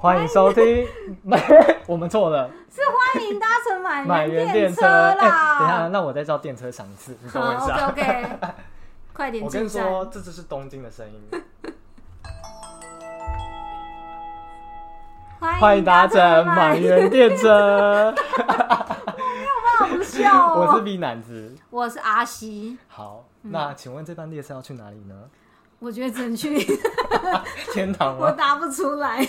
欢迎收听， 买我们错了，是欢迎搭乘买 买原原电电车车。哎、啦。等一下，那我再叫电车赏次，你等我一下。 o k OK，快 点我跟进你站。说，这就是东京的声 音。欢迎搭乘买满园电车，好笑 我是哦。 B 男子。我是阿西，好，那请问这班列车要去哪里 呢？我觉得只能去，天堂 我吗？答不出 来。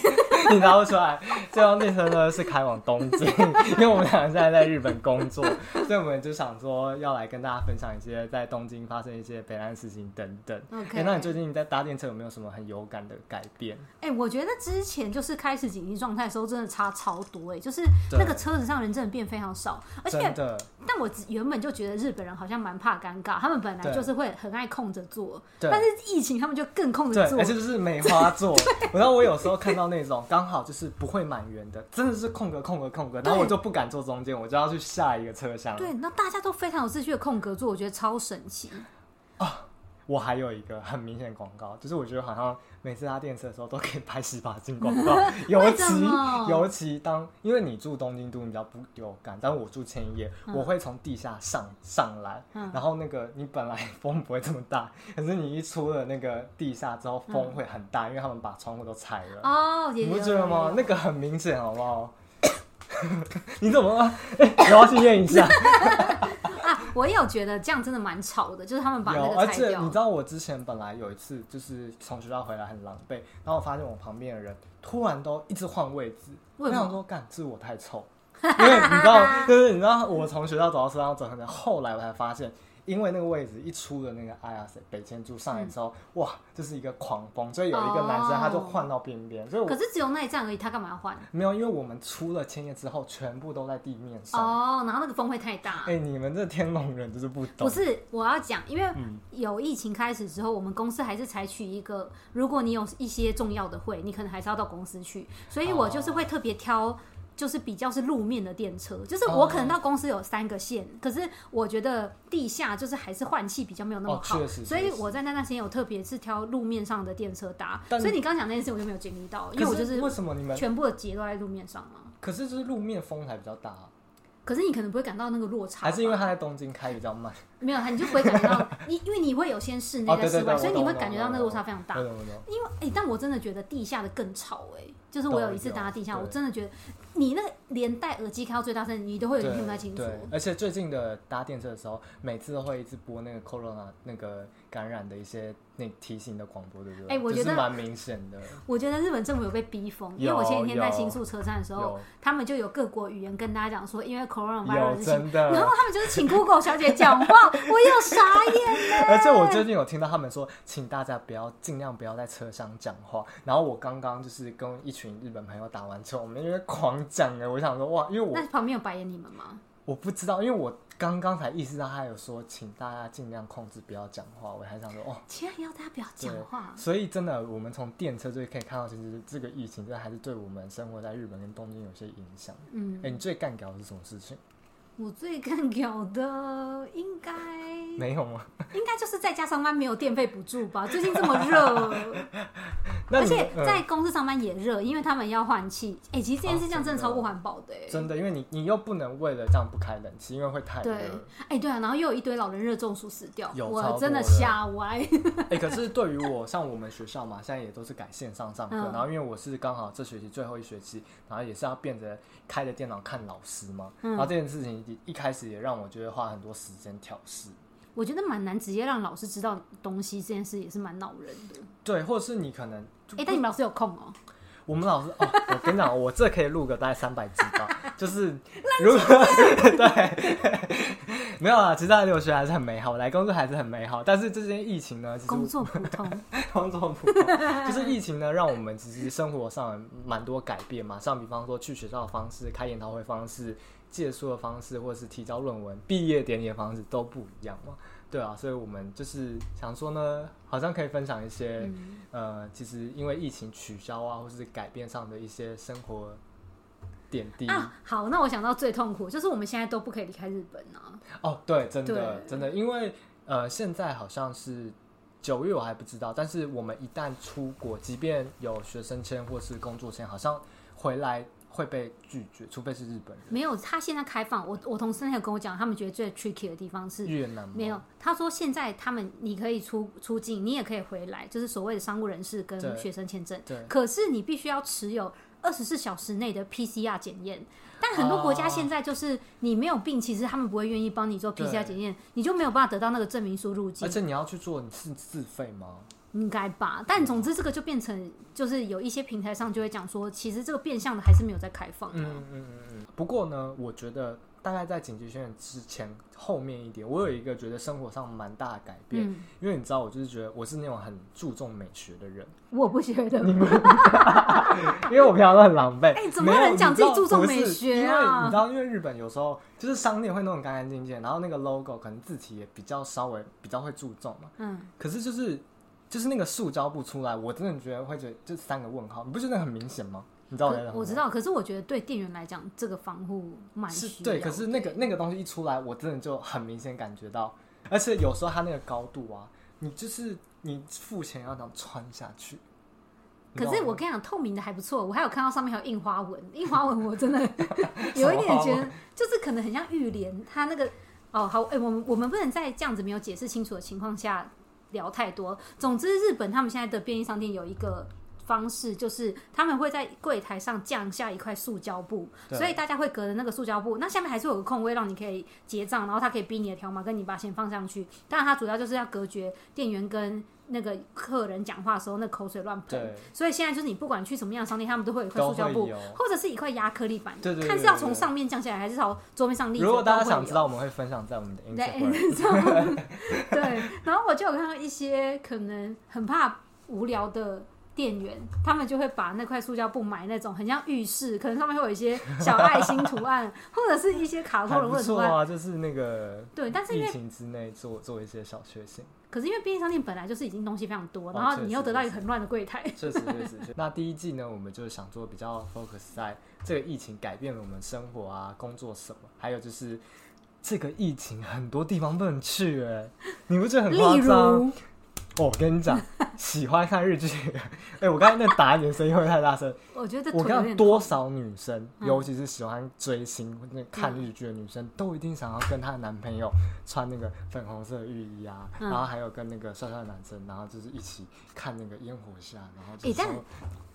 你拿不出来。这班列车呢是开往东 京，因为我们俩现在在日本工作，所以我们就想说要来跟大家分享一些在东京发生一些北岸事情等等。 OK 哎那你最近在搭电车有没有什么很有感的改变？哎、我觉得之前就是开始紧急状态的时候，真的差超多哎、就是对那个车子上人真的变非常少，而且真的，但我只原本就觉得日本人好像蛮怕尴尬，他们本来对就是会很爱空着坐，对但是疫情他们就更空对着，坐而。且就是梅花 座。然后我有时候看到那种刚好就是不会满员的，真的是空格空格空格，然后我就不敢坐中间，我就要去下一个车厢。对，那大家都非常有秩序的空格坐，我觉得超神奇。我还有一个很明显的广告，就是我觉得好像每次搭电车的时候都可以拍洗发精广告，尤 为什其么尤其当因为你住东京都，你比较不有感，但我住千叶，我会从地下上上来，嗯然后那个你本来风不会这么大， 可是你一出了那个地下之后，风会很大，因为他们把窗户都拆了。哦，也你有不觉得吗？？有那个很明显，好不好？ 你怎么 了？ 哎、我要去验一下。有啊，我也有觉得这样真的蛮吵的，就是他们把那有，个而拆且掉你知。道，我之前本来有一次就是从学校回来很狼狈，然后我发现我旁边的人突然都一直换位置，我为什么想说，干，是我太臭，因为你知道，就是你知道，我从学校走到车上走很久，后来我才发现。因为那个位置一出的那个哎呀谁北千住上来之后，嗯哇，就是一个狂风，所以有一个男生他就哦换到边边，所以我可是只有那一站而已，他干嘛要换？没有，因为我们出了千叶之后，全部都在地面上。哦，然后那个风会太大。哎、你们这天龙人就是不懂。不是，我要讲，因为嗯有疫情开始之后，我们公司还是采取一个，如果你有一些重要的会，你可能还是要到公司去，所以我哦就是会特别挑。就是比较是路面的电车，就是我哦可能到公司有三个线，可是我觉得地下就是还是换气比较没有那么哦好，确实所以确实我在那段时间有特别是挑路面上的电车搭，但所以你刚讲那件事我就没有经历到，因为我可就是为什么你们？全部的节都在路面上嘛。可是就是路面风还比较大啊、可是你可能不会感到那个落差吧，还是因为他在东京开比较慢？没有，你就不会感觉到， 你因为你会有先室内哦跟对室对外，对，所以你我懂会感觉到那个落差非常大。 我懂我懂。因为哎、但我真的觉得地下的更吵哎、就是我有一次搭地下，都有我真的觉得你那个连戴耳机开到最大声，你都会有点听不太清楚对，。对而且最近的搭电车的时候，每次都会一直播那个 corona 那个感染的一些那提醒的广播，对不对？哎我觉得就是蛮明显的。我觉得日本政府有被逼疯，因为有我前几天在有新宿车站的时候有，他们就有各国语言跟大家讲说，因为 coronavirus 有的事情真的然后他们就是请 Google 小姐讲话，我有傻眼呢、 而且我最近有听到他们说，请大家不要尽量不要在车上讲话。然后我刚刚就是跟一群日本朋友打完球，我们因为狂讲哎，我想说哇，因为 我那旁边有白眼你们吗？我不知道，因为我刚刚才意识到他有说，请大家尽量控制不要讲话。我还想说哦，千万要大家不要对讲话。所以真的，我们从电车就可以看到，其实这个疫情真的还是对我们生活在日本跟东京有些影响。嗯哎、，你最干掉的是什么事情？我最干掉的应该嗯没有吗？应该就是在家上班没有电费补助吧？最近这么 热，那而你且嗯在公司上班也热，因为他们要换气。哎、其实这件事哦这样真真的的超不环保的、欸。真的，因为你你又不能为了这样不开冷气，因为会太热对。，哎、对啊，然后又有一堆老人热中暑死掉，有超我多真的的吓歪。 哎、可是对于我，像我们学校嘛，现在也都是改线上上课，嗯然后因为我是刚好这学期最后一学期，然后也是要变着开着电脑看老师嘛，嗯然后这件事情一一开始也让我觉得花很多时间调试。我觉得蛮难直接让老师知道东西这件事也是蛮恼人的。对，或者是你可能就哎、但你们老师有空哦、我们老师哦，我跟你讲，我这可以录个大概三百集吧，就是如果 对，没有啊，其实在留学还是很美好，来工作还是很美好，但是这件疫情呢，其实工作普 通。工作不够，就是疫情呢，让我们其实生活上蛮多改变嘛，像比方说去学校的方式、开研讨会方式、借书的方式，或是提交论文、毕业典礼的方式都不一样嘛。 对啊，所以我们就是想说呢，好像可以分享一些、呃，其实因为疫情取消啊，或是改变上的一些生活点滴。啊，好，那我想到最痛苦就是我们现在都不可以离开日本啊。哦，对，真的对真的，因为呃，现在好像是九月，我还不知道。但是我们一旦出国，即便有学生签或是工作签，好像回来会被拒绝，除非是日本人。没有，他现在开放。我我同事那有跟我讲，他们觉得最 tricky 的地方是越南吗没有，他说现在他们你可以出出境，你也可以回来，就是所谓的商务人士跟对学生签证。对可是你必须要持有二十四小时内的 PCR 检验。但很多国家哦现在就是你没有病，其实他们不会愿意帮你做对 PCR 检验，你就没有办法得到那个证明书入而境，且你要去做，你是自费吗？应该吧？嗯但总之这个就变成就是有一些平台上就会讲说，其实这个变相的还是没有在开放、啊。嗯嗯嗯嗯。不过呢，我觉得大概在紧急宣言之前后面一点，我有一个觉得生活上蛮大的改变，嗯因为你知道，我就是觉得我是那种很注重美学的人，我不觉得， 因为我平常都很狼狈。哎怎么没有会有人讲你知道自己注重不是美学因啊为你知道，因为日本有时候就是商店会弄得干干净净，然后那个 logo 可能字体也比较稍微比较会注重嘛。嗯，可是就是就是那个塑胶布出来，我真的觉得会觉得这三个问号，你不觉得很明显吗？你知道我在讲可什么我知吗。道，可是我觉得对店员来讲，这个防护蛮需是要对，可是那个那个东西一出来，我真的就很明显感觉到，而且有时候它那个高度啊，你就是你付钱要这样穿下去。你知可道是吗我跟你讲，透明的还不错，我还有看到上面还有印花纹，印花纹 我真的什么有一点花觉纹得，就是可能很像浴帘，它那个哦好，哎、我们我们不能在这样子没有解释清楚的情况下聊太多。总之，日本他们现在的便利商店有一个。方式就是他们会在柜台上降下一块塑胶布，对所以大家会隔着那个塑胶布，那下面还是有个空位让你可以结账，然后它可以逼你的条码跟你把钱放上去。当然，它主要就是要隔绝店员跟那个客人讲话的时候那口水乱喷对。所以现在就是你不管去什么样的商店，他们都会有一块都塑胶会布有，或者是一块亚克力板，对对对看是对要对从对上面降下来，还是朝桌面上立着。如果大家都会有想知道，我们会分享在我们的在 Instagram。 N 上， 对，然后我就有看到一些可能很怕无聊的。店员他们就会把那块塑胶布买那种很像浴室，可能上面会有一些小爱心图案，或者是一些卡通还人物不的图错案。啊，嗯就是那个对，但是因疫为情之内做做一些小确幸，可是因为便利商店本来就是已经东西非常多，哦然后确你实又得到确一个很乱的柜台，确实确实。确实那第一季呢，我们就是想做比较 focus 在这个疫情改变了我们生活啊、工作什么，还有就是这个疫情很多地方不能去、哎，你不觉得很夸例张？如哦，我跟你讲，喜欢看日剧， 哎、我刚才那打你的声音会不会太大声？我觉得我腿有看点多少女生，嗯尤其是喜欢追星、那看日剧的女生，都一定想要跟她的男朋友穿那个粉红色的浴衣啊，嗯然后还有跟那个帅帅的男生，然后就是一起看那个烟火下，然后就诶是但说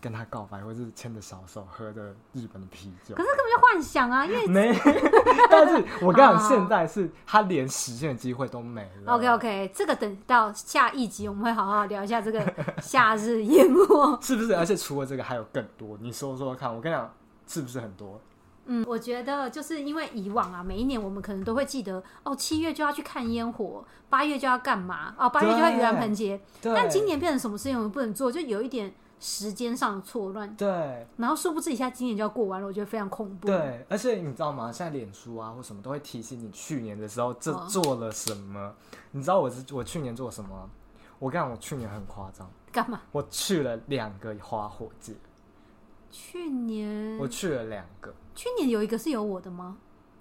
跟他告白，或是牵着小手喝的日本的啤酒可。是根本就幻想啊，因 为没，但是我跟你好讲，好现在是他连实现的机会都没了。 OK OK，这个等到下一集我们会好好聊一下这个 夏日烟火。是不是？而且除了这个还有更多，你说说看。我跟你讲，是不是很多？ 嗯，我觉得就是因为以往啊，每一年我们可能都会记得哦，七月就要去看烟火，八月就要干嘛哦，八月就要盂兰盆节。对，但今年变成什么事情我们不能做，就有一点时间上的错乱。对然后殊不知一下今年就要过完了，我觉得非常恐怖。，对，而且你知道吗？现在脸书啊或什么都会提醒你去年的时候这哦做了什么。你知道我是我去年做什么吗？我跟你讲，我去年很夸张，干嘛？我去了两个花火节，去年我去了两个。去年有一个是有我的吗？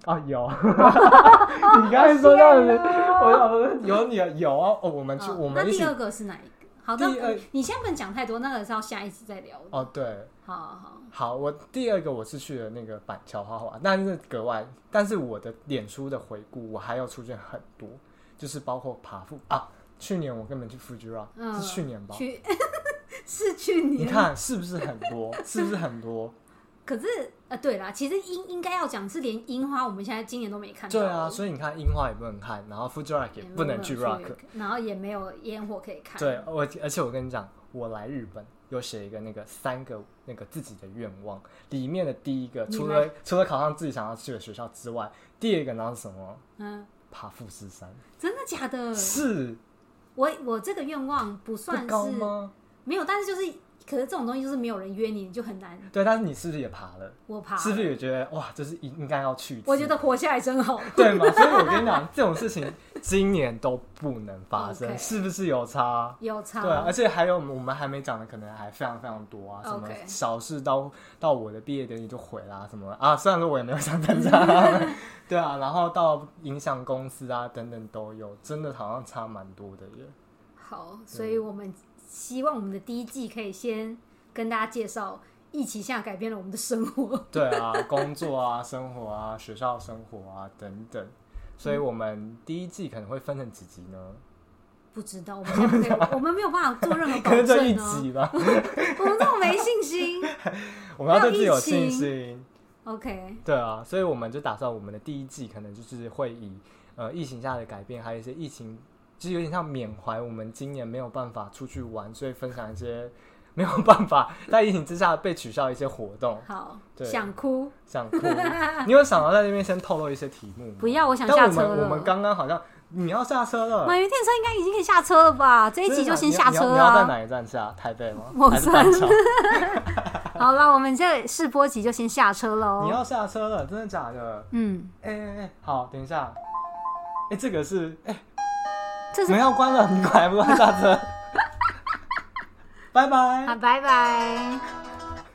啊， 有，你刚才说到的，好羡我想说有你的有啊，哦，我们去，哦我那们一第起二，个是哪一个？好的第呃二，你先不能讲太多，那个是要下一集再聊的。哦，对，好好好。好，我第二个我是去了那个板桥花火，但是格外，但是我的脸书的回顾，我还要出现很多，就是包括爬富啊，去年我根本去 Fuji Rock，、嗯是去年吧？去 是去你年，看是不是很多？ 是不是很多？可是呃，对啦，其实樱应该要讲是连樱花，我们现在今年都没看到。对啊，所以你看樱花也不能看，然后 Fuji Rock 也不能去 Rock，然后也没有烟火可以看。对，，啊我而且我跟你讲，我来日本有写一个那个三个那个自己的愿望，里面的第一个你除来了除了考上自己想要去的学校之外，第二个然后是什么？嗯，爬富士山真的假的？是我我这个愿望不不算高是吗？没有，但是就是，可是这种东西就是没有人约你，你就很难。对，但是你是不是也爬了？我怕，是不是也觉得哇，这是应应该要去一次？我觉得活下来真好。 对嘛，所以我跟你讲，这种事情今年都不能发生 OK 是不是有差？有差，对啊，而且还有我们我们还没讲的，可能还非常非常多啊，什么 OK 小事到到我的毕业典礼就毁啦、什么啊，虽然说我也没有想参加， 对啊，然后到影响公司啊等等都有，真的好像差蛮多的耶。好，所以我们希望我们的第一季可以先跟大家介绍疫情下改变了我们的生活。 对啊，工作啊、生活啊、学校生活啊等等，所以我们第一季可能会分成几集嗯呢？不知道，我们现在没有， 我们没有办法做任何可保能就一证呢。集吧。我们这么没信心。我们要对自己有还有疫信情心。 OK，对啊，所以我们就打算我们的第一季可能就是会以呃疫情下的改变，还有一些疫情，就是有点像缅怀我们今年没有办法出去玩，所以分享一些没有办法在疫情之下被取消一些活动。好，对想哭想 哭，你有想要在那边先透露一些题目吗？不要，我想但下我车们我了。们刚刚好像你要下车了，马云电车应该已经可以下车了吧？这一集就先下车真的你要你要你要在啊。哪一站下？台北吗？我还是板桥？好了，我们这试播集就先下车 你喽。要下车了，真的假的？嗯，哎哎哎，好，等一下，哎，这个是哎。这是门要关 了，你快不关下车？拜啊，拜。拜拜。